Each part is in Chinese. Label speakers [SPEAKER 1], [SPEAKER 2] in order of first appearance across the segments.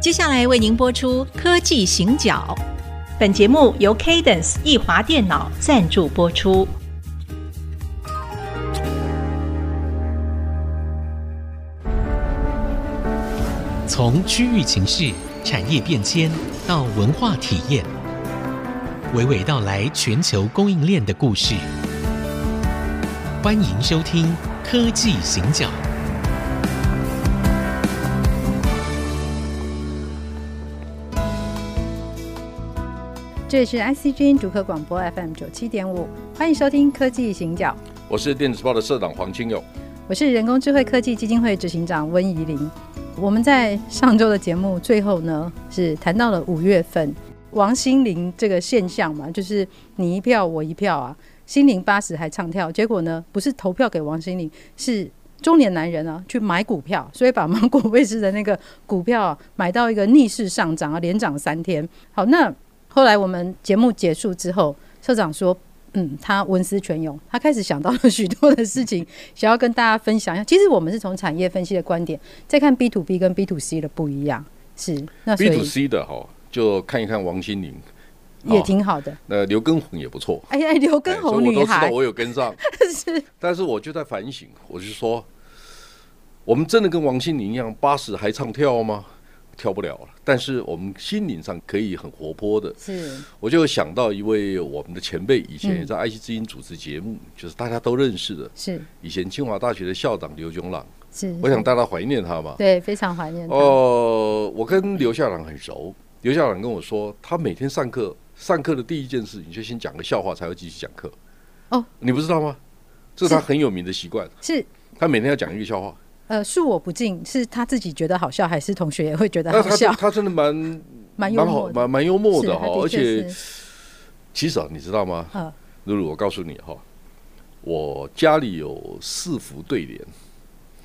[SPEAKER 1] 接下来为您播出《科技行脚》，本节目由 Cadence 易华电脑赞助播出。
[SPEAKER 2] 从区域情势、产业变迁到文化体验，娓娓道来全球供应链的故事。欢迎收听《科技行脚》。
[SPEAKER 3] 这里是 ICG 主客广播 FM 九七点五，欢迎收听《科技行脚》，
[SPEAKER 4] 我是电子报的社长黄清勇。
[SPEAKER 3] 我是人工智慧科技基金会执行长温怡玲。我们在上周的节目最后呢，是谈到了五月份王心凌这个现象嘛，就是你一票我一票啊，心凌八十还唱跳，结果呢不是投票给王心凌，是中年男人啊去买股票，所以把芒果卫视的那个股票啊买到一个逆势上涨啊，连涨三天。好，那后来我们节目结束之后，社长说。嗯，他文思泉涌，他开始想到了许多的事情，想要跟大家分享一下。其实我们是从产业分析的观点再看 B to B 跟 B to C 的不一样，是啊那所
[SPEAKER 4] B
[SPEAKER 3] 以
[SPEAKER 4] to C 的哈，就看一看王心凌，
[SPEAKER 3] 也挺好的。
[SPEAKER 4] 那刘畊宏也不错，
[SPEAKER 3] 哎呀，刘畊
[SPEAKER 4] 哎所
[SPEAKER 3] 宏
[SPEAKER 4] 以我
[SPEAKER 3] 女
[SPEAKER 4] 都知道
[SPEAKER 3] 孩
[SPEAKER 4] 我有跟上，
[SPEAKER 3] 是
[SPEAKER 4] 但是我就在反省，我就说，我们真的跟王心凌一样，八十还唱跳吗？跳不了了，但是我们心灵上可以很活泼的。
[SPEAKER 3] 是
[SPEAKER 4] 我就想到一位我们的前辈，以前也
[SPEAKER 3] 嗯
[SPEAKER 4] 在 IC 之音主持节目，就是大家都认识的，
[SPEAKER 3] 是
[SPEAKER 4] 以前清华大学的校长刘炯朗，
[SPEAKER 3] 是，
[SPEAKER 4] 我想大家怀念他嘛。
[SPEAKER 3] 对非常怀念他
[SPEAKER 4] 哦，我跟刘校长很熟，刘校长跟我说，他每天上课，上课的第一件事情就先讲个笑话，才会继续讲课。
[SPEAKER 3] 哦，
[SPEAKER 4] 你不知道吗？这是他
[SPEAKER 3] 是
[SPEAKER 4] 很有名的习惯，
[SPEAKER 3] 是
[SPEAKER 4] 他每天要讲一个笑话。
[SPEAKER 3] 呃恕我不敬，是他自己觉得好笑，还是同学也会觉得
[SPEAKER 4] 那
[SPEAKER 3] 好
[SPEAKER 4] 他
[SPEAKER 3] 哦笑
[SPEAKER 4] 真？他真的蛮
[SPEAKER 3] 蛮幽
[SPEAKER 4] 呃蛮好
[SPEAKER 3] 默的，
[SPEAKER 4] 蛮蛮幽默
[SPEAKER 3] 是
[SPEAKER 4] 的
[SPEAKER 3] 他
[SPEAKER 4] 哈，
[SPEAKER 3] 的
[SPEAKER 4] 而
[SPEAKER 3] 确
[SPEAKER 4] 且
[SPEAKER 3] 是
[SPEAKER 4] 其实啊，你知道吗？
[SPEAKER 3] 呃
[SPEAKER 4] 露露，我告诉你哈、我家里有四幅对联，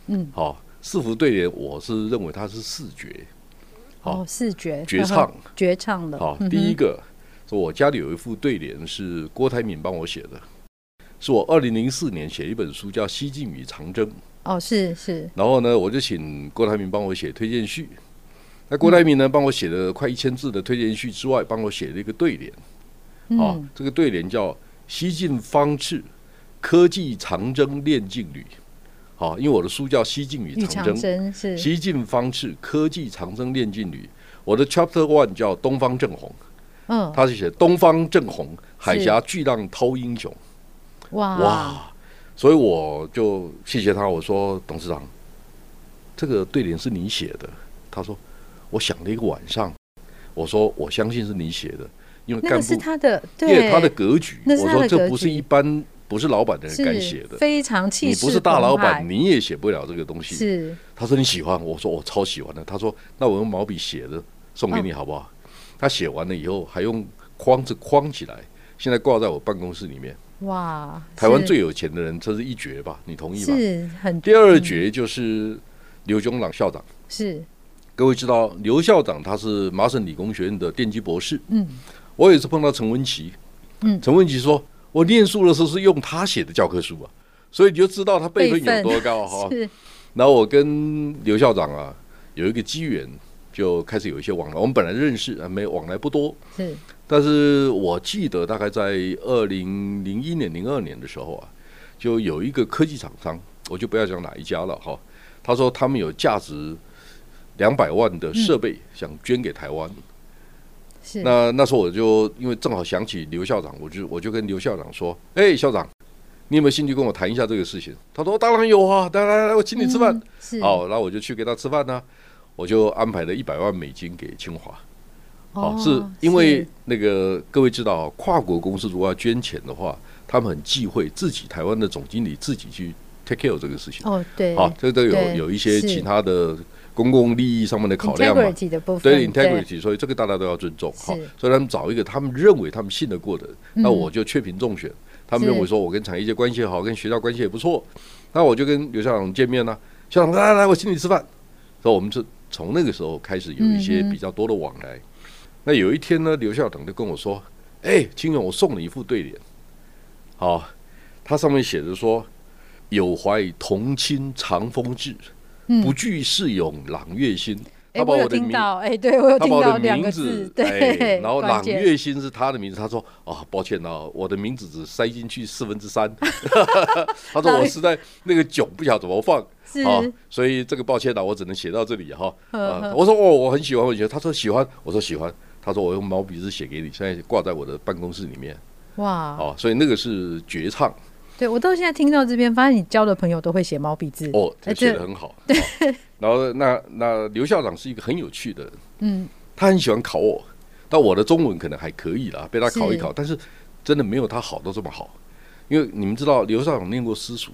[SPEAKER 3] 嗯，
[SPEAKER 4] 好、四幅对联，我是认为它是视觉，好
[SPEAKER 3] 哦视觉
[SPEAKER 4] 绝唱，
[SPEAKER 3] 绝唱了。
[SPEAKER 4] 好，
[SPEAKER 3] 嗯
[SPEAKER 4] 第一
[SPEAKER 3] 哼
[SPEAKER 4] 个，说我家里有一副对联是郭台铭帮我写的，是我二零零四年写一本书叫《西晋与长征》，
[SPEAKER 3] 哦是是
[SPEAKER 4] 然后呢，我就请郭台铭帮我写推荐序。那郭台铭呢，帮我写了快一千字的推荐序之外，帮我写了一个对联啊
[SPEAKER 3] 嗯，
[SPEAKER 4] 这个对联叫“西晋方志，科技长征练劲旅”。好，因为我的书叫《西晋与
[SPEAKER 3] 玉长
[SPEAKER 4] 长征》，
[SPEAKER 3] 征是
[SPEAKER 4] 西晋方志，科技长征练劲旅。我的 Chapter One 叫“东方正红”。
[SPEAKER 3] 嗯
[SPEAKER 4] 他是写东方正红，海峡巨浪滔英雄，
[SPEAKER 3] 哇
[SPEAKER 4] 哇！所以我就谢谢他，我说董事长，这个对联是你写的。他说，我想了一个晚上，我说我相信是你写的，因为
[SPEAKER 3] 那
[SPEAKER 4] 干
[SPEAKER 3] 个
[SPEAKER 4] 部
[SPEAKER 3] 是他的
[SPEAKER 4] 因为
[SPEAKER 3] 对
[SPEAKER 4] 他的格局，
[SPEAKER 3] 那是
[SPEAKER 4] 我
[SPEAKER 3] 他的格
[SPEAKER 4] 说这
[SPEAKER 3] 局
[SPEAKER 4] 不是一般不是老板的人
[SPEAKER 3] 是
[SPEAKER 4] 敢写的。
[SPEAKER 3] 非常气
[SPEAKER 4] 你
[SPEAKER 3] 势，
[SPEAKER 4] 不是大老板，，你也写不了这个东西。
[SPEAKER 3] 是
[SPEAKER 4] 他说你喜欢，我说我超喜欢的。他说那我用毛笔写的送给你好不好？他写完了以后还用框子框起来，现在挂在我办公室里面。
[SPEAKER 3] 哇，
[SPEAKER 4] 台湾
[SPEAKER 3] 是
[SPEAKER 4] 最有钱的人，这是一绝吧？你同意吧？
[SPEAKER 3] 是很
[SPEAKER 4] 第二绝就是刘炯朗校长。
[SPEAKER 3] 是
[SPEAKER 4] 各位知道刘校长他是麻省理工学院的电机博士。
[SPEAKER 3] 嗯，
[SPEAKER 4] 我有一次碰到陈文琪，
[SPEAKER 3] 嗯
[SPEAKER 4] 陈文琪说我念书的时候是用他写的教科书啊，所以你就知道他辈分有多高哈。
[SPEAKER 3] 是
[SPEAKER 4] 然后我跟刘校长啊有一个机缘，就开始有一些往来。我们本来认识，啊，没往来不多，
[SPEAKER 3] 是
[SPEAKER 4] 但是我记得大概在二零零一年、零二年的时候啊，就有一个科技厂商，我就不要讲哪一家了哈，他说他们有价值两百万的设备想捐给台湾。
[SPEAKER 3] 是
[SPEAKER 4] 那那时候我就因为正好想起刘校长，我就我就跟刘校长说：“哎、校长，你有没有兴趣跟我谈一下这个事情？”他说：“当然有啊，来来来，我请你吃饭。
[SPEAKER 3] 嗯是
[SPEAKER 4] 好，然后我就去给他吃饭呢、我就安排了一百万美金给清华。好、
[SPEAKER 3] 哦
[SPEAKER 4] 是因为那个各位知道，啊跨国公司如果要捐钱的话，他们很忌讳自己台湾的总经理自己去 take care 这个事情。
[SPEAKER 3] 哦对
[SPEAKER 4] 好、这都有
[SPEAKER 3] 对
[SPEAKER 4] 有一些
[SPEAKER 3] 是
[SPEAKER 4] 其他的公共利益上面的考量嘛。
[SPEAKER 3] integrity 的部分
[SPEAKER 4] 对 integrity，所以这个大家都要尊重。好
[SPEAKER 3] 是，
[SPEAKER 4] 所以他们找一个他们认为他们信得过的人，那
[SPEAKER 3] 嗯
[SPEAKER 4] 我就确评中选。他们
[SPEAKER 3] 是
[SPEAKER 4] 认为说我跟产业界关系好，跟学校关系也不错，那我就跟刘校长见面呢、校长来来来，我请你吃饭。所以我们就从那个时候开始有一些
[SPEAKER 3] 嗯哼
[SPEAKER 4] 比较多的往来。那有一天呢，刘校长就跟我说：“哎，金勇，我送你一副对联，好，它上面写着说‘有怀同亲长风志，
[SPEAKER 3] 嗯
[SPEAKER 4] 不惧世勇朗月心’。
[SPEAKER 3] 哎，
[SPEAKER 4] 他把
[SPEAKER 3] 我有
[SPEAKER 4] 我的
[SPEAKER 3] 听
[SPEAKER 4] 名，
[SPEAKER 3] 到，哎，对我有
[SPEAKER 4] 他
[SPEAKER 3] 听
[SPEAKER 4] 把我
[SPEAKER 3] 到
[SPEAKER 4] 的
[SPEAKER 3] 两
[SPEAKER 4] 名
[SPEAKER 3] 个
[SPEAKER 4] 字
[SPEAKER 3] 字，，
[SPEAKER 4] 哎
[SPEAKER 3] 对，，
[SPEAKER 4] 然后
[SPEAKER 3] 关
[SPEAKER 4] 朗
[SPEAKER 3] 键
[SPEAKER 4] 月星是他的名字，他说啊，抱歉啊，我的名字只塞进去四分之 三，他说我实在那个囧不晓得怎么放。
[SPEAKER 3] 是
[SPEAKER 4] 啊，所以这个抱歉了、啊我只能写到这里哈。
[SPEAKER 3] 呵呵
[SPEAKER 4] 啊，我说哦，我很喜欢，我很喜欢。他说喜欢，我说喜欢。他说我用毛笔字写给你，现在挂在我的办公室里面。
[SPEAKER 3] 哇，
[SPEAKER 4] 哦，所以那个是绝唱
[SPEAKER 3] 对我到现在听到这边，发现你交的朋友都会写毛笔字，
[SPEAKER 4] 哦，
[SPEAKER 3] 哎
[SPEAKER 4] 他写
[SPEAKER 3] 这
[SPEAKER 4] 的很好。对、然后那那刘校长是一个很有趣的人，
[SPEAKER 3] 嗯，
[SPEAKER 4] 他很喜欢考我，但我的中文可能还可以啦，被他考一
[SPEAKER 3] 是
[SPEAKER 4] 考，但是真的没有他好到这么好。因为你们知道刘校长念过私塾，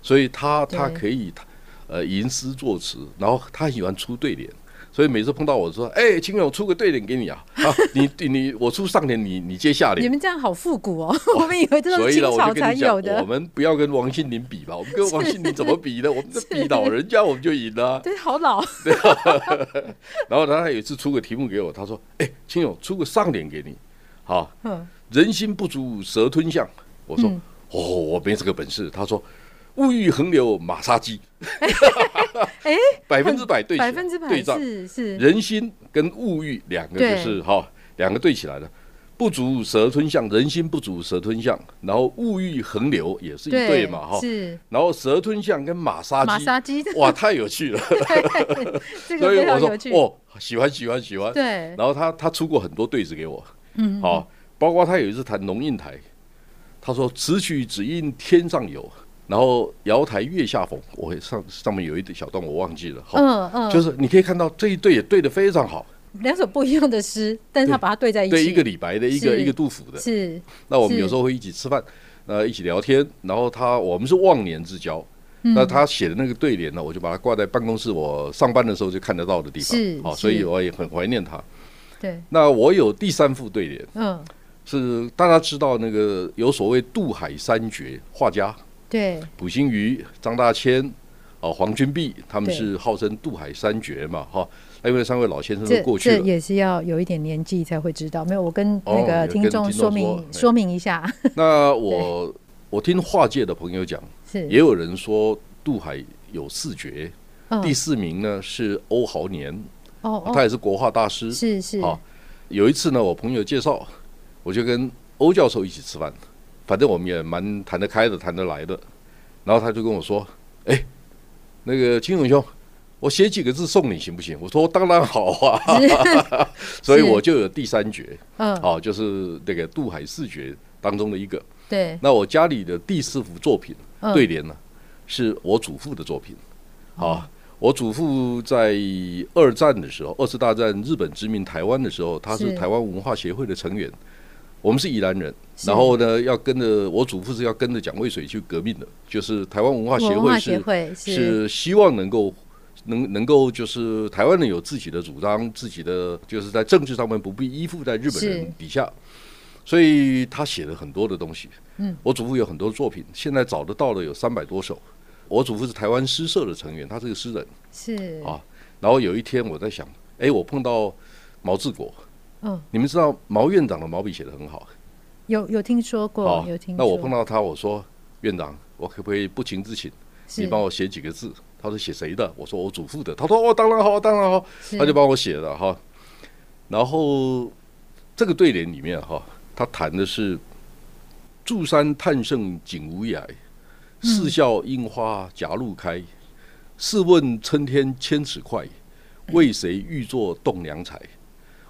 [SPEAKER 4] 所以他他
[SPEAKER 3] 对
[SPEAKER 4] 可以他呃吟诗作词，然后他很喜欢出对联，所以每次碰到我说：“哎，秦勇，我出个对联给你啊！啊，你你你我出上联，你你接下
[SPEAKER 3] 你
[SPEAKER 4] 联。
[SPEAKER 3] 们这样好复古哦， 我们以为”这都
[SPEAKER 4] 所
[SPEAKER 3] 是
[SPEAKER 4] 以
[SPEAKER 3] 清
[SPEAKER 4] 呢，我
[SPEAKER 3] 朝
[SPEAKER 4] 就
[SPEAKER 3] 才
[SPEAKER 4] 跟你讲，
[SPEAKER 3] 有
[SPEAKER 4] 我
[SPEAKER 3] 的，
[SPEAKER 4] 们不要跟王心凌 比吧，我们跟王心凌怎么比呢？我们就是比倒人家，我们就赢了啊。
[SPEAKER 3] 对，好 老，
[SPEAKER 4] 然后他有一次出个题目给我，他说：“哎，秦勇，出个上联给你，好。”
[SPEAKER 3] 嗯，
[SPEAKER 4] 人心不足蛇吞象。我说、
[SPEAKER 3] 嗯
[SPEAKER 4] 哦，我没这个本事。他说物欲横流马杀鸡，
[SPEAKER 3] 哎，
[SPEAKER 4] 百分之百对起来
[SPEAKER 3] 百分之百
[SPEAKER 4] 对仗。
[SPEAKER 3] 是是，
[SPEAKER 4] 人心跟物欲两个就
[SPEAKER 3] 对
[SPEAKER 4] 是哈、两个对起来的。不足蛇吞象，人心不足蛇吞象，然后物欲横流也是一对嘛哈，
[SPEAKER 3] 是
[SPEAKER 4] 然后蛇吞象跟马杀
[SPEAKER 3] 马
[SPEAKER 4] 鸡，
[SPEAKER 3] 杀鸡，
[SPEAKER 4] 哇，太有趣了，
[SPEAKER 3] 这个
[SPEAKER 4] 所以
[SPEAKER 3] 非常
[SPEAKER 4] 我
[SPEAKER 3] 有趣，
[SPEAKER 4] 说哦，喜欢喜欢喜欢，
[SPEAKER 3] 对，
[SPEAKER 4] 然后他他出过很多对子给我，
[SPEAKER 3] 嗯
[SPEAKER 4] 好、包括他有一次弹龙应台，他说“此曲只应天上有”，然后“瑶台月下逢”，我上上面有一小段我忘记了，好、
[SPEAKER 3] 嗯嗯，
[SPEAKER 4] 就是你可以看到这一对也对得非常好，
[SPEAKER 3] 两首不一样的诗，但是他把它对在一起，
[SPEAKER 4] 对一个李白的，一个
[SPEAKER 3] 是
[SPEAKER 4] 一个杜甫的，
[SPEAKER 3] 是
[SPEAKER 4] 那我们
[SPEAKER 3] 是
[SPEAKER 4] 有时候会一起吃饭，呃，一起聊天，然后他我们是忘年之交。
[SPEAKER 3] 嗯
[SPEAKER 4] 那他写的那个对联呢，我就把它挂在办公室，我上班的时候就看得到的地方。
[SPEAKER 3] 是
[SPEAKER 4] 好、所以
[SPEAKER 3] 是
[SPEAKER 4] 我也很怀念他。
[SPEAKER 3] 对，
[SPEAKER 4] 那我有第三副对联，
[SPEAKER 3] 嗯，
[SPEAKER 4] 是大家知道那个有所谓渡海三绝画家，
[SPEAKER 3] 对，
[SPEAKER 4] 卜心瑜、张大千、哦黄君璧，他们
[SPEAKER 3] 对
[SPEAKER 4] 是号称渡海三绝嘛，哈、那因为三位老先生都
[SPEAKER 3] 这
[SPEAKER 4] 过去
[SPEAKER 3] 哎这
[SPEAKER 4] 了，
[SPEAKER 3] 也是要有一点年纪才会知道。没有，我跟那
[SPEAKER 4] 哦
[SPEAKER 3] 个
[SPEAKER 4] 有
[SPEAKER 3] 听
[SPEAKER 4] 跟
[SPEAKER 3] 众
[SPEAKER 4] 听众
[SPEAKER 3] 说明、
[SPEAKER 4] 说哎
[SPEAKER 3] 说明一下，
[SPEAKER 4] 那我我听画界的朋友讲，
[SPEAKER 3] 是
[SPEAKER 4] 也有人说渡海有四绝，
[SPEAKER 3] 嗯
[SPEAKER 4] 第四名呢是欧豪年，
[SPEAKER 3] 哦
[SPEAKER 4] 他
[SPEAKER 3] 哦，
[SPEAKER 4] 也是国画大师。
[SPEAKER 3] 是是，
[SPEAKER 4] 好、有一次呢，我朋友介绍，我就跟欧教授一起吃饭，反正我们也蛮谈得开的，谈得来的。然后他就跟我说：“哎，那个金勇兄，我写几个字送你行不行？”我说：“当然好啊。” 所以我就有第三绝，
[SPEAKER 3] 嗯，
[SPEAKER 4] 好、就是那个渡海四绝当中的一个。
[SPEAKER 3] 对，
[SPEAKER 4] 那我家里的第四幅作品
[SPEAKER 3] 嗯
[SPEAKER 4] 对联呢，是我祖父的作品。啊，我祖父在二战的时候，二次大战日本殖民台湾的时候，他是
[SPEAKER 3] 是
[SPEAKER 4] 台湾文化协会的成员。我们是宜兰人，
[SPEAKER 3] 是
[SPEAKER 4] 然后呢，要跟着我祖父是要跟着蒋渭水去革命的，就是台湾文化协
[SPEAKER 3] 文
[SPEAKER 4] 会
[SPEAKER 3] 化协
[SPEAKER 4] 是
[SPEAKER 3] 会是
[SPEAKER 4] 是希望能够能能够就是台湾人有自己的主张，自己的就是在政治上面不必依附在日本
[SPEAKER 3] 是
[SPEAKER 4] 人底下，所以他写了很多的东西。
[SPEAKER 3] 嗯，
[SPEAKER 4] 我祖父有很多作品，现在找得到的有三百多首。我祖父是台湾诗社的成员，他是个诗人。
[SPEAKER 3] 是
[SPEAKER 4] 啊然后有一天我在想，哎，我碰到毛治国，
[SPEAKER 3] 嗯，
[SPEAKER 4] 你们知道毛院长的毛笔写得很好，
[SPEAKER 3] 有有听说过，哦有听
[SPEAKER 4] 那
[SPEAKER 3] 说，
[SPEAKER 4] 我碰到他，我说院长，我可不可以不情自请？
[SPEAKER 3] 是
[SPEAKER 4] 你帮我写几个字？他说写谁的？我说我祖父的。他说哦，当然好，当然好，
[SPEAKER 3] 是
[SPEAKER 4] 他就帮我写了哈。然后这个对联里面哈，他谈的是“祝山探胜景无涯，
[SPEAKER 3] 嗯
[SPEAKER 4] 四笑樱花夹路开。试问春天千尺快，为谁欲作栋梁裁？”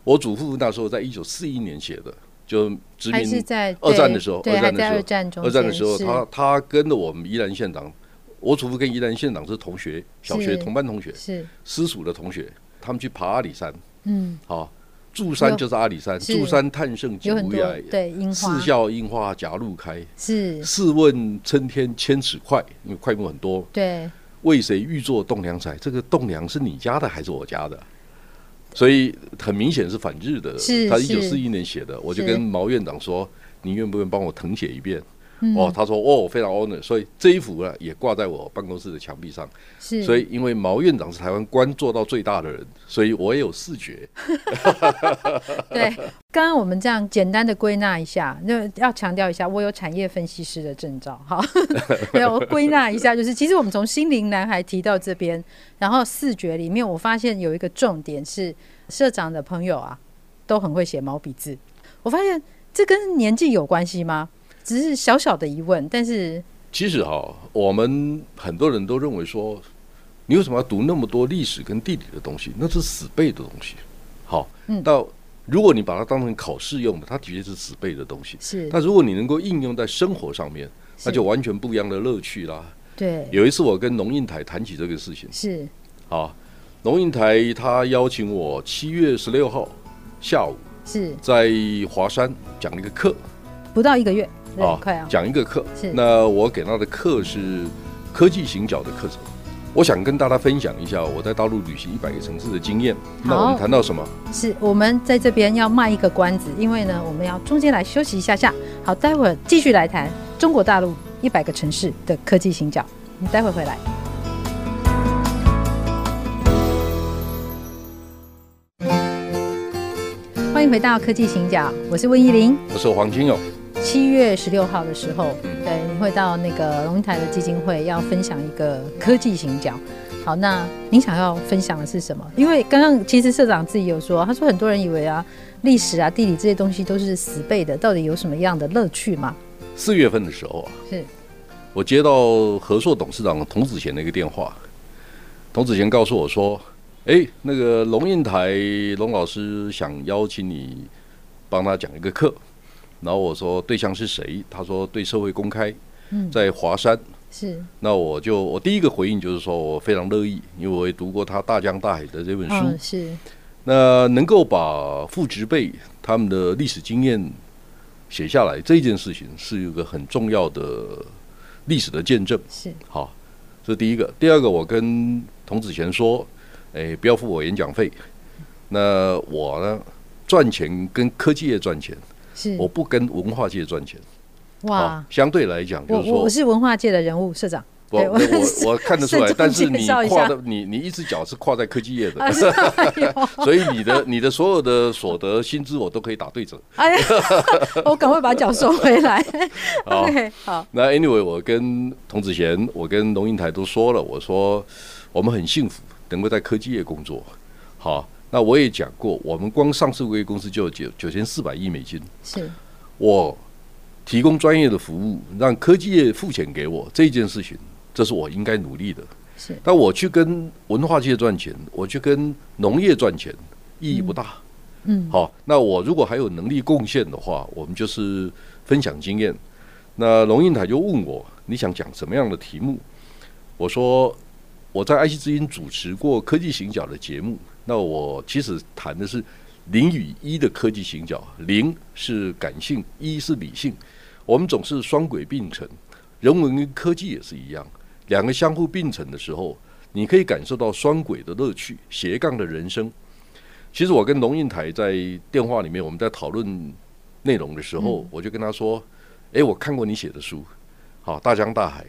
[SPEAKER 4] 我祖父那时候在一九四一年写的，就殖
[SPEAKER 3] 还是
[SPEAKER 4] 民
[SPEAKER 3] 在
[SPEAKER 4] 二战
[SPEAKER 3] 对
[SPEAKER 4] 的时候
[SPEAKER 3] 对，还
[SPEAKER 4] 二战的
[SPEAKER 3] 在
[SPEAKER 4] 时候
[SPEAKER 3] 二战中
[SPEAKER 4] 二
[SPEAKER 3] 间，
[SPEAKER 4] 战的时候，
[SPEAKER 3] 是
[SPEAKER 4] 他他跟着我们宜兰县长，我祖父跟宜兰县长是同学，小
[SPEAKER 3] 是
[SPEAKER 4] 学同班同学，
[SPEAKER 3] 是
[SPEAKER 4] 私塾的同学，他们去爬阿里山，
[SPEAKER 3] 嗯，
[SPEAKER 4] 啊，住山
[SPEAKER 3] 有
[SPEAKER 4] 就是阿里山，
[SPEAKER 3] 是
[SPEAKER 4] 住山探胜景
[SPEAKER 3] 有很
[SPEAKER 4] 无
[SPEAKER 3] 多
[SPEAKER 4] 涯，
[SPEAKER 3] 对樱花
[SPEAKER 4] 四笑樱花夹路开，
[SPEAKER 3] 是，
[SPEAKER 4] 试问春天千尺快，因为快木很多，
[SPEAKER 3] 对，
[SPEAKER 4] 为谁欲作栋梁裁？这个栋梁是你家的还是我家的？所以很明显是反日的。
[SPEAKER 3] 是
[SPEAKER 4] 他一
[SPEAKER 3] 是
[SPEAKER 4] 九四一年写的，我就是跟毛院长说：“你愿不愿意帮我誊写一遍？”
[SPEAKER 3] 嗯
[SPEAKER 4] 哦，他说哦，非常 honor，所以这一幅呢也挂在我办公室的墙壁上。
[SPEAKER 3] 是，
[SPEAKER 4] 所以因为毛院长是台湾官做到最大的人，所以我也有视觉。
[SPEAKER 3] 对，刚刚我们这样简单的归纳一下，那要强调一下，我有产业分析师的证照， 好，没有我归纳一下，就是其实我们从心灵男孩提到这边，然后视觉里面，我发现有一个重点是社长的朋友啊，都很会写毛笔字，我发现这跟年纪有关系吗？只是小小的疑问，但是
[SPEAKER 4] 其实哈、我们很多人都认为说，你为什么要读那么多历史跟地理的东西？那是死背的东西。好，
[SPEAKER 3] 嗯
[SPEAKER 4] 到如果你把它当成考试用的，它的确是死背的东西。
[SPEAKER 3] 是
[SPEAKER 4] 但如果你能够应用在生活上面，
[SPEAKER 3] 是
[SPEAKER 4] 那就完全不一样的乐趣啦。
[SPEAKER 3] 对，
[SPEAKER 4] 有一次我跟龙应台谈起这个事情，
[SPEAKER 3] 是
[SPEAKER 4] 啊，龙应台他邀请我七月十六号下午
[SPEAKER 3] 是
[SPEAKER 4] 在华山讲一个课
[SPEAKER 3] 不到一个月，对，快啊，
[SPEAKER 4] 哦讲一个课
[SPEAKER 3] 是。
[SPEAKER 4] 那我给他的课是科技行脚的课程，我想跟大家分享一下我在大陆旅行一百个城市的经验。那我们谈到什么？
[SPEAKER 3] 是我们在这边要卖一个关子，因为呢，我们要中间来休息一下下。好，待会儿继续来谈中国大陆一百个城市的科技行脚。你待会儿回来。欢迎回到科技行脚，我是温怡玲。
[SPEAKER 4] 我是黄金勇，哦
[SPEAKER 3] 七月十六号的时候，
[SPEAKER 4] 嗯
[SPEAKER 3] 对，你会到那个龙应台的基金会要分享一个科技行脚。好，那您想要分享的是什么？因为刚刚其实社长自己有说，他说很多人以为啊，历史啊、地理这些东西都是死背的，到底有什么样的乐趣嘛？
[SPEAKER 4] 四月份的时候啊，
[SPEAKER 3] 是
[SPEAKER 4] 我接到和硕董事长童子贤的一个电话，童子贤告诉我说：“哎，那个龙应台龙老师想邀请你帮他讲一个课。”然后我说对象是谁？他说对社会公开
[SPEAKER 3] 嗯，
[SPEAKER 4] 在华山。
[SPEAKER 3] 是，
[SPEAKER 4] 那我就我第一个回应就是说我非常乐意，因为我也读过他《大江大海》的这本书。
[SPEAKER 3] 嗯，是
[SPEAKER 4] 那能够把父执辈他们的历史经验写下来，这件事情是一个很重要的历史的见证。
[SPEAKER 3] 是
[SPEAKER 4] 好，这是第一个。第二个，我跟童子贤说，诶，不要付我演讲费。那我呢，赚钱跟科技业赚钱，
[SPEAKER 3] 是
[SPEAKER 4] 我，不跟文化界赚钱。
[SPEAKER 3] 嗯哇
[SPEAKER 4] 好，，相对来讲，
[SPEAKER 3] 我
[SPEAKER 4] 就是
[SPEAKER 3] 我
[SPEAKER 4] 说
[SPEAKER 3] 我，是文化界的人物，社长
[SPEAKER 4] 我
[SPEAKER 3] 对
[SPEAKER 4] 我我我看得出来
[SPEAKER 3] 慎重，
[SPEAKER 4] 但是
[SPEAKER 3] 介
[SPEAKER 4] 你
[SPEAKER 3] 绍一
[SPEAKER 4] 跨
[SPEAKER 3] 下
[SPEAKER 4] 的你你一只脚是跨在科技业的，
[SPEAKER 3] 啊，是啊哎呦
[SPEAKER 4] 所以你的你的所有的所得薪资我都可以打对折。
[SPEAKER 3] 哎呀， 我赶快把脚收回来。
[SPEAKER 4] 好
[SPEAKER 3] OK，好，
[SPEAKER 4] 那 anyway，我跟童子贤，我跟龙应台都说了，我说我们很幸福，能够在科技业工作。好，那我也讲过，我们光上市贵公司就有九九千四百亿美金，
[SPEAKER 3] 是
[SPEAKER 4] 我提供专业的服务，让科技业付钱给我这件事情，这是我应该努力的。
[SPEAKER 3] 是
[SPEAKER 4] 但我去跟文化界赚钱，我去跟农业赚钱，意义不大。
[SPEAKER 3] 嗯
[SPEAKER 4] 好，那我如果还有能力贡献的话，我们就是分享经验。那龙应台就问我，你想讲什么样的题目？我说我在爱惜之音主持过科技行脚的节目，那我其实谈的是零与一的科技行脚，零是感性，一是理性，我们总是双轨并成，人文跟科技也是一样，两个相互并成的时候，你可以感受到双轨的乐趣，斜杠的人生。其实我跟龙应台在电话里面，我们在讨论内容的时候，我就跟他说：“诶，我看过你写的书，好，《大江大海》。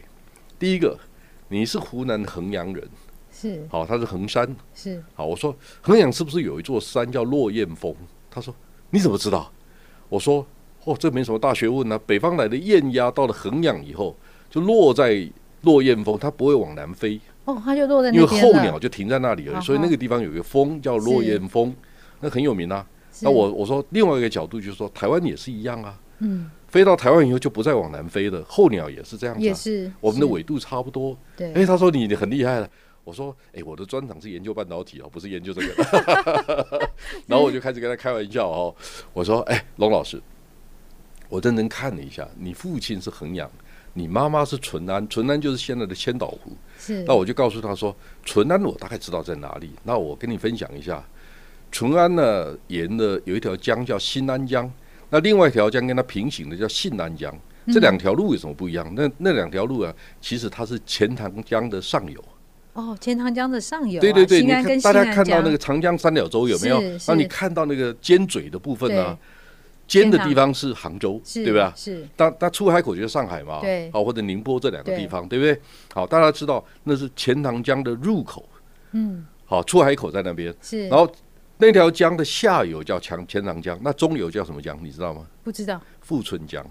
[SPEAKER 4] 第一个，你是湖南衡阳人，
[SPEAKER 3] 是
[SPEAKER 4] 好，他是衡山，
[SPEAKER 3] 是，
[SPEAKER 4] 好，我说衡阳是不是有一座山叫落雁峰？他说你怎么知道？我说哦，这没什么大学问啊。北方来的雁鸭到了衡阳以后，就落在落雁峰，它不会往南飞，
[SPEAKER 3] 哦，它就落在
[SPEAKER 4] 因为
[SPEAKER 3] 那边了。
[SPEAKER 4] 候鸟就停在那里
[SPEAKER 3] 啊
[SPEAKER 4] 而已，
[SPEAKER 3] 哈
[SPEAKER 4] 所以那个地方有个峰叫落雁峰，那很有名啊。
[SPEAKER 3] 是
[SPEAKER 4] 那我我说另外一个角度就是说，台湾也是一样啊，
[SPEAKER 3] 嗯
[SPEAKER 4] 飞到台湾以后就不再往南飞了，候鸟也是这样子、啊，
[SPEAKER 3] 也是
[SPEAKER 4] 我们的
[SPEAKER 3] 是
[SPEAKER 4] 纬度差不多。
[SPEAKER 3] 对，
[SPEAKER 4] 哎、他说你你很厉害了。我说，哎、我的专长是研究半导体哦，不是研究这个。 然后我就开始跟他开玩笑哦，我说，哎、龙老师，我认真看了一下，你父亲是衡阳，你妈妈是淳安，淳安就是现在的千岛湖。
[SPEAKER 3] 是
[SPEAKER 4] 那我就告诉他说，淳安我大概知道在哪里，那我跟你分享一下，淳安呢沿的有一条江叫新安江，那另外一条江跟它平行的叫信安江，
[SPEAKER 3] 嗯
[SPEAKER 4] 这两条路有什么不一样？那那两条路啊，其实它是钱塘江的上游。
[SPEAKER 3] 哦，钱塘江的上游啊、
[SPEAKER 4] 对对对，
[SPEAKER 3] 新
[SPEAKER 4] 你
[SPEAKER 3] 安跟
[SPEAKER 4] 看
[SPEAKER 3] 新
[SPEAKER 4] 大
[SPEAKER 3] 安江
[SPEAKER 4] 家看到那个长江三角洲有没有
[SPEAKER 3] 是？
[SPEAKER 4] 那你
[SPEAKER 3] 是
[SPEAKER 4] 看到那个尖嘴的部分呢、啊
[SPEAKER 3] 对
[SPEAKER 4] 尖的地方是杭州，
[SPEAKER 3] 是
[SPEAKER 4] 对吧？
[SPEAKER 3] 是
[SPEAKER 4] 它它出海口就是上海嘛，
[SPEAKER 3] 对
[SPEAKER 4] 好或者宁波这两个
[SPEAKER 3] 对
[SPEAKER 4] 地方，对不对？好，大家知道那是钱塘江的入口，
[SPEAKER 3] 嗯
[SPEAKER 4] 好，出海口在那边，
[SPEAKER 3] 是，
[SPEAKER 4] 然后那条江的下游叫强钱塘江，那中游叫什么江？你知道吗？
[SPEAKER 3] 不知道
[SPEAKER 4] 富春江。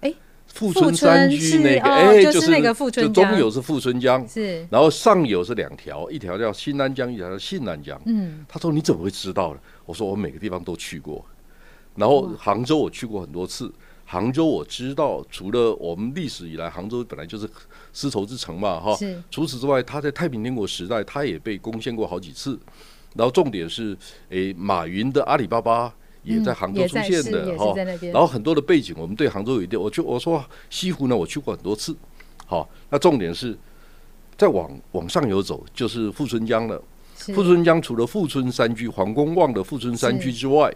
[SPEAKER 3] 哎，
[SPEAKER 4] 富春山居
[SPEAKER 3] 富
[SPEAKER 4] 那
[SPEAKER 3] 春是
[SPEAKER 4] 个，
[SPEAKER 3] 哦
[SPEAKER 4] 哎，
[SPEAKER 3] 就是
[SPEAKER 4] 是
[SPEAKER 3] 那个富春
[SPEAKER 4] 就
[SPEAKER 3] 江
[SPEAKER 4] 中游是富春江，
[SPEAKER 3] 是
[SPEAKER 4] 然后上游是两条，一条叫新安江，一条叫信安江。
[SPEAKER 3] 嗯
[SPEAKER 4] 他说你怎么会知道呢？我说我每个地方都去过，然后杭州我去过很多次。杭州我知道，除了我们历史以来，杭州本来就是丝绸之城嘛，哈
[SPEAKER 3] 是。
[SPEAKER 4] 除此之外，它在太平天国时代，它也被攻陷过好几次。然后重点是，诶，马云的阿里巴巴也在杭
[SPEAKER 3] 嗯
[SPEAKER 4] 州
[SPEAKER 3] 也
[SPEAKER 4] 出
[SPEAKER 3] 在
[SPEAKER 4] 现
[SPEAKER 3] 是
[SPEAKER 4] 的，
[SPEAKER 3] 也是在那边
[SPEAKER 4] 然后很多的背景，我们对杭州有一点，我就我说西湖呢，我去过很多次。好，那重点是，再往往上游走就是富春江了。
[SPEAKER 3] 是
[SPEAKER 4] 富春江除了富春山居、黄公望的富春山居之外，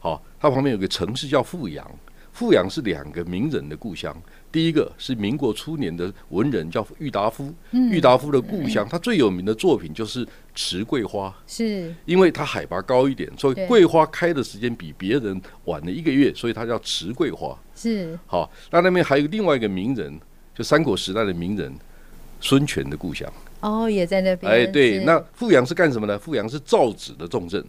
[SPEAKER 4] 好、它旁边有个城市叫富阳。富阳是两个名人的故乡，第一个是民国初年的文人叫郁达夫，郁达夫的故乡，他最有名的作品就是《池桂花》，
[SPEAKER 3] 是
[SPEAKER 4] 因为它海拔高一点，所以
[SPEAKER 3] 对
[SPEAKER 4] 桂花开的时间比别人晚了一个月，所以它叫池桂花。
[SPEAKER 3] 是
[SPEAKER 4] 好，那那边还有另外一个名人，就三国时代的名人孙权的故乡。
[SPEAKER 3] 哦，也在那边
[SPEAKER 4] 哎，对，
[SPEAKER 3] 是
[SPEAKER 4] 那富阳是干什么呢？富阳是造纸的重镇，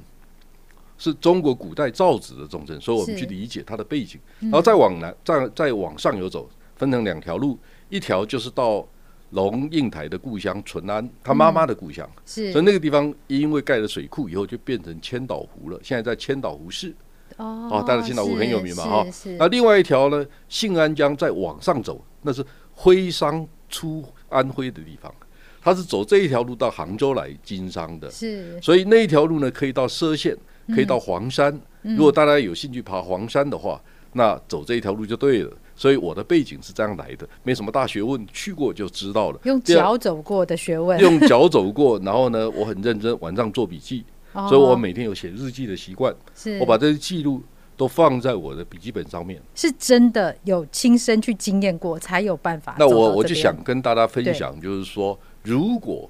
[SPEAKER 4] 是中国古代造纸的重镇，所以我们
[SPEAKER 3] 是嗯
[SPEAKER 4] 去理解它的背景，然后再往南，再再往上游走，分成两条路，一条就是到龙应台的故乡淳安，他妈妈的故乡，所
[SPEAKER 3] 嗯
[SPEAKER 4] 以
[SPEAKER 3] 是
[SPEAKER 4] 那个地方因为盖了水库以后，就变成千岛湖了，现在在千岛湖市。
[SPEAKER 3] 哦
[SPEAKER 4] 哦，当然千岛湖很有名嘛，哈、
[SPEAKER 3] 是是
[SPEAKER 4] 那另外一条呢，信安江再往上走，那是徽商出安徽的地方，他是走这一条路到杭州来经商的，
[SPEAKER 3] 是
[SPEAKER 4] 所以那一条路呢，可以到歙县，可以到黄山。如果大家有兴趣爬黄山的话，那走这一条路就对了。所以我的背景是这样来的，没什么大学问，去过就知道了。
[SPEAKER 3] 用
[SPEAKER 4] 第二
[SPEAKER 3] 脚走过的学问，
[SPEAKER 4] 用脚走过，然后呢，我很认真晚上做笔记，
[SPEAKER 3] 哦
[SPEAKER 4] 所以我每天有写日记的习惯。
[SPEAKER 3] 是
[SPEAKER 4] 我把这些记录都放在我的笔记本上面。
[SPEAKER 3] 是真的有亲身去经验过，才有办法
[SPEAKER 4] 那
[SPEAKER 3] 走
[SPEAKER 4] 我
[SPEAKER 3] 到
[SPEAKER 4] 我
[SPEAKER 3] 这
[SPEAKER 4] 就
[SPEAKER 3] 边
[SPEAKER 4] 想跟大家分享，就是说，如果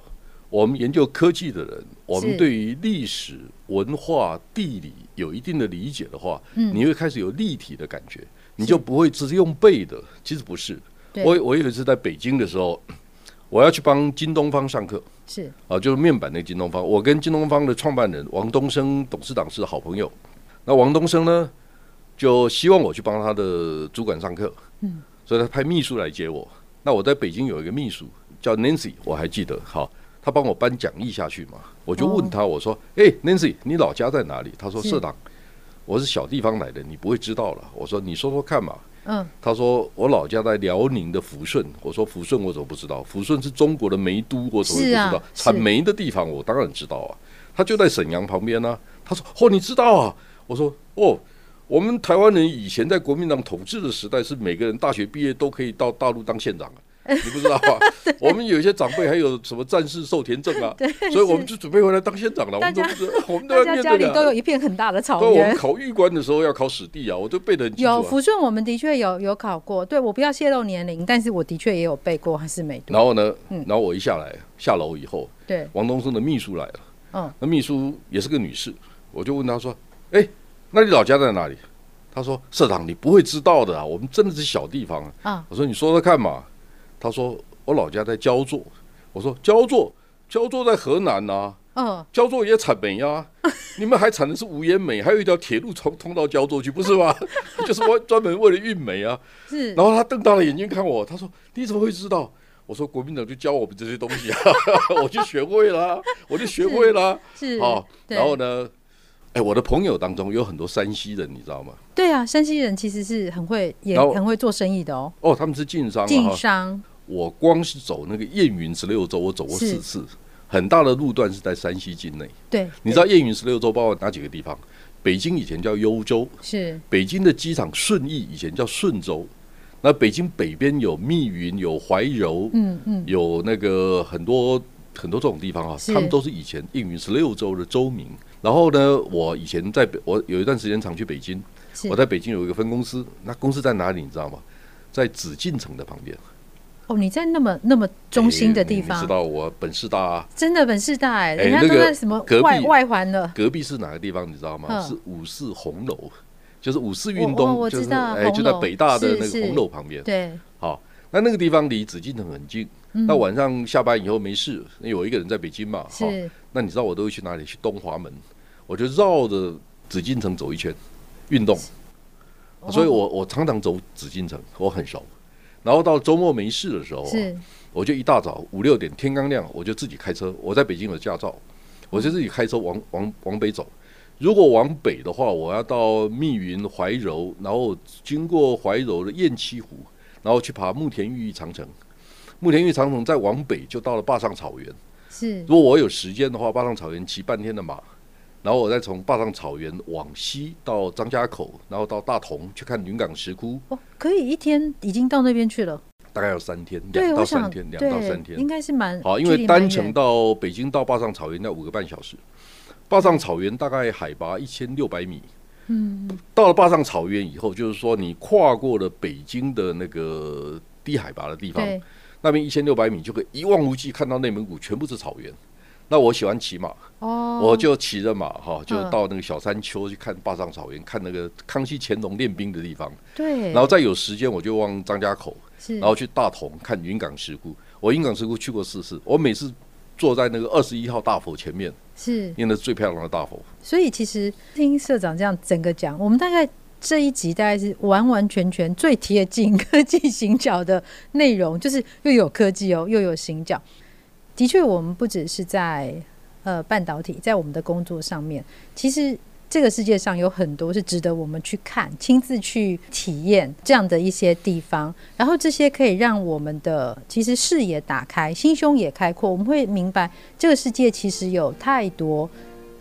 [SPEAKER 4] 我们研究科技的人，我们对于历史、文化、地理有一定的理解的话，
[SPEAKER 3] 嗯
[SPEAKER 4] 你会开始有立体的感觉，你就不会只是用背的。其实不是，
[SPEAKER 3] 对
[SPEAKER 4] 我我有一次在北京的时候，我要去帮京东方上课。
[SPEAKER 3] 是
[SPEAKER 4] 啊，就是面板那个京东方。我跟京东方的创办人王东升董事长是好朋友。那王东升呢，就希望我去帮他的主管上课，
[SPEAKER 3] 嗯，
[SPEAKER 4] 所以他派秘书来接我。那我在北京有一个秘书叫 Nancy，我还记得，好，他帮我搬讲义下去嘛。我就问他，我说：“哎、n a n c y 你老家在哪里？”他说：“
[SPEAKER 3] 哦是
[SPEAKER 4] 社长，我是小地方来的，你不会知道了。”我说：“你说说看嘛。”
[SPEAKER 3] 嗯
[SPEAKER 4] 他说：“我老家在辽宁的抚顺。”我说：“抚顺我怎么不知道？抚顺是中国的煤都，我怎么会不知
[SPEAKER 3] 是啊
[SPEAKER 4] 道？
[SPEAKER 3] 是
[SPEAKER 4] 产煤的地方我当然知道啊，它就在沈阳旁边呢、他说：“哦，你知道啊？”我说：“哦，我们台湾人以前在国民党统治的时代，是每个人大学毕业都可以到大陆当 县长啊。”你不知道啊？我们有一些长辈还有什么战士受田证啊，所以我们就准备回来当县长了。我
[SPEAKER 3] 大
[SPEAKER 4] 们都
[SPEAKER 3] 家
[SPEAKER 4] 不知道， 我们都
[SPEAKER 3] 大
[SPEAKER 4] 要
[SPEAKER 3] 家
[SPEAKER 4] 面
[SPEAKER 3] 家里
[SPEAKER 4] 对
[SPEAKER 3] 都有
[SPEAKER 4] 的。
[SPEAKER 3] 一片很大的
[SPEAKER 4] 对，
[SPEAKER 3] 草
[SPEAKER 4] 我们
[SPEAKER 3] 原。
[SPEAKER 4] 考玉官的时候要考史地啊，我都背得很清楚、啊。
[SPEAKER 3] 有抚顺，我们的确有有考过。对，我不要泄露年龄，但是我的确也有背过，还是美读。
[SPEAKER 4] 然后呢，
[SPEAKER 3] 嗯
[SPEAKER 4] 然后我一下来下楼以后，
[SPEAKER 3] 对，
[SPEAKER 4] 王东升的秘书来了，
[SPEAKER 3] 嗯，
[SPEAKER 4] 那秘书也是个女士，我就问她说：“哎，那你老家在哪里？”她说：“社长，你不会知道的啊，我们真的是小地方啊。”
[SPEAKER 3] 啊，
[SPEAKER 4] 我说：“你说说看嘛。”她说：“我老家在焦作。”我说：“焦作，焦作在河南呐、啊
[SPEAKER 3] 嗯，
[SPEAKER 4] 焦作也产煤啊， 你们还产的是无烟煤，还有一条铁路通通到焦作去，不是吗？ 就是我专门为了运煤啊。”
[SPEAKER 3] 是
[SPEAKER 4] 然后他瞪大了眼睛看我，他说：“你怎么会知道？”我说：“国民党就教我们这些东西啊， 我就学会了啊，我就学会了啊。
[SPEAKER 3] 是
[SPEAKER 4] 好，
[SPEAKER 3] 对
[SPEAKER 4] 然后呢，哎，我的朋友当中有很多山西人，你知道吗？
[SPEAKER 3] 对啊，山西人其实是很会，也
[SPEAKER 4] 然后
[SPEAKER 3] 很会做生意的哦，
[SPEAKER 4] 哦，他们是晋商啊。
[SPEAKER 3] 晋
[SPEAKER 4] 哈
[SPEAKER 3] 商
[SPEAKER 4] 我光是走那个燕云十六州，我走过
[SPEAKER 3] 是
[SPEAKER 4] 四次，很大的路段是在山西境内。
[SPEAKER 3] 对，
[SPEAKER 4] 你知道燕云十六州包括哪几个地方？北京以前叫幽州，
[SPEAKER 3] 是
[SPEAKER 4] 北京的机场顺义以前叫顺州，那北京北边有密云，有怀柔，
[SPEAKER 3] 嗯嗯
[SPEAKER 4] 有那个很多很多这种地方啊，
[SPEAKER 3] 是
[SPEAKER 4] 他们都是以前应云十六州的州名。然后呢，我以前在北，我有一段时间常去北京，
[SPEAKER 3] 是
[SPEAKER 4] 我在北京有一个分公司，那公司在哪里你知道吗？在紫禁城的旁边，
[SPEAKER 3] 哦，你在那么那么中心的地
[SPEAKER 4] 哎你
[SPEAKER 3] 方
[SPEAKER 4] 你知，道我本事大、啊，
[SPEAKER 3] 真的本事大哎，
[SPEAKER 4] 哎
[SPEAKER 3] 人家
[SPEAKER 4] 那
[SPEAKER 3] 都
[SPEAKER 4] 个
[SPEAKER 3] 在什么
[SPEAKER 4] 隔壁
[SPEAKER 3] 外外环了，
[SPEAKER 4] 隔壁是哪个地方你知道吗？
[SPEAKER 3] 嗯
[SPEAKER 4] 是五四红楼，就是五四运
[SPEAKER 3] 我
[SPEAKER 4] 动，
[SPEAKER 3] 我我
[SPEAKER 4] 就
[SPEAKER 3] 知
[SPEAKER 4] 是
[SPEAKER 3] 道
[SPEAKER 4] 哎
[SPEAKER 3] 红
[SPEAKER 4] 就在
[SPEAKER 3] 楼
[SPEAKER 4] 北大的
[SPEAKER 3] 是
[SPEAKER 4] 那
[SPEAKER 3] 是
[SPEAKER 4] 个红楼旁边。
[SPEAKER 3] 对，
[SPEAKER 4] 好，那那个地方离紫禁城很近。那晚上下班以后没事，因为我一个人在北京嘛，好，
[SPEAKER 3] 嗯是
[SPEAKER 4] 那你知道我都会去哪里？去东华门，我就绕着紫禁城走一圈，运动。所以
[SPEAKER 3] 哦
[SPEAKER 4] 我我常常走紫禁城，我很熟。然后到周末没事的时候、啊，
[SPEAKER 3] 是
[SPEAKER 4] 我就一大早五六点天刚亮，我就自己开车。我在北京有驾照，我就自己开车往往往北走。如果往北的话，我要到密云、怀柔，然后经过怀柔的雁栖湖，然后去爬慕田峪长城。慕田峪长城再往北就到了坝上草原。
[SPEAKER 3] 是
[SPEAKER 4] 如果我有时间的话，坝上草原骑半天的马，然后我再从坝上草原往西到张家口，然后到大同去看云冈石窟，
[SPEAKER 3] 哦，可以一天已经到那边去了。
[SPEAKER 4] 大概要三天，
[SPEAKER 3] 对，
[SPEAKER 4] 两到
[SPEAKER 3] 我
[SPEAKER 4] 三
[SPEAKER 3] 想
[SPEAKER 4] 天，两
[SPEAKER 3] 对
[SPEAKER 4] 到三天
[SPEAKER 3] 应。该是蛮
[SPEAKER 4] 好，
[SPEAKER 3] 嗯
[SPEAKER 4] 因
[SPEAKER 3] 距
[SPEAKER 4] 为
[SPEAKER 3] 离蛮
[SPEAKER 4] 单程
[SPEAKER 3] 远
[SPEAKER 4] 到北京到坝上草原要五个半小时，坝上草原大概海拔一千六百米。嗯，到了坝上草原以后，就是说你跨过了北京的那个低海拔的地方，
[SPEAKER 3] 对
[SPEAKER 4] 那边一千六百米就可以一望无际看到内蒙古全部是草原。那我喜欢骑马，
[SPEAKER 3] 哦，
[SPEAKER 4] 我就骑着马哈，就
[SPEAKER 3] 嗯
[SPEAKER 4] 到那个小山丘去看坝上草原，看那个康熙、乾隆练兵的地方。
[SPEAKER 3] 对，
[SPEAKER 4] 然后再有时间，我就往张家口，
[SPEAKER 3] 是
[SPEAKER 4] 然后去大同看云冈石窟。我云冈石窟去过四次，我每次坐在那个二十一号大佛前面，
[SPEAKER 3] 是
[SPEAKER 4] 因为那是最漂亮的大佛。
[SPEAKER 3] 所以其实听社长这样整个讲，我们大概这一集大概是完完全全最贴近科技行脚的内容，就是又有科技哦，又有行脚。的确，我们不只是在呃半导体，在我们的工作上面，其实这个世界上有很多是值得我们去看、亲自去体验这样的一些地方。然后这些可以让我们的其实视野打开，心胸也开阔，我们会明白这个世界其实有太多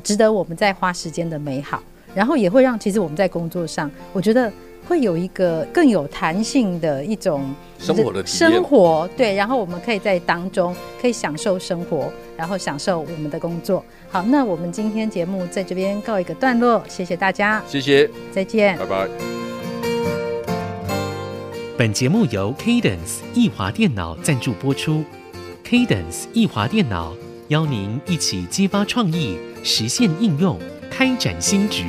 [SPEAKER 3] 值得我们再花时间的美好，然后也会让其实我们在工作上，我觉得会有一个更有弹性的一种
[SPEAKER 4] 生活的体验
[SPEAKER 3] 生活对，然后我们可以在当中可以享受生活，然后享受我们的工作。好，那我们今天节目在这边告一个段落，谢谢大家，
[SPEAKER 4] 谢谢，
[SPEAKER 3] 再见
[SPEAKER 4] 拜。拜。
[SPEAKER 2] 本节目由 Cadence 易华电脑赞助播出。Cadence 易华电脑邀您一起激发创意，实现应用，开展新局。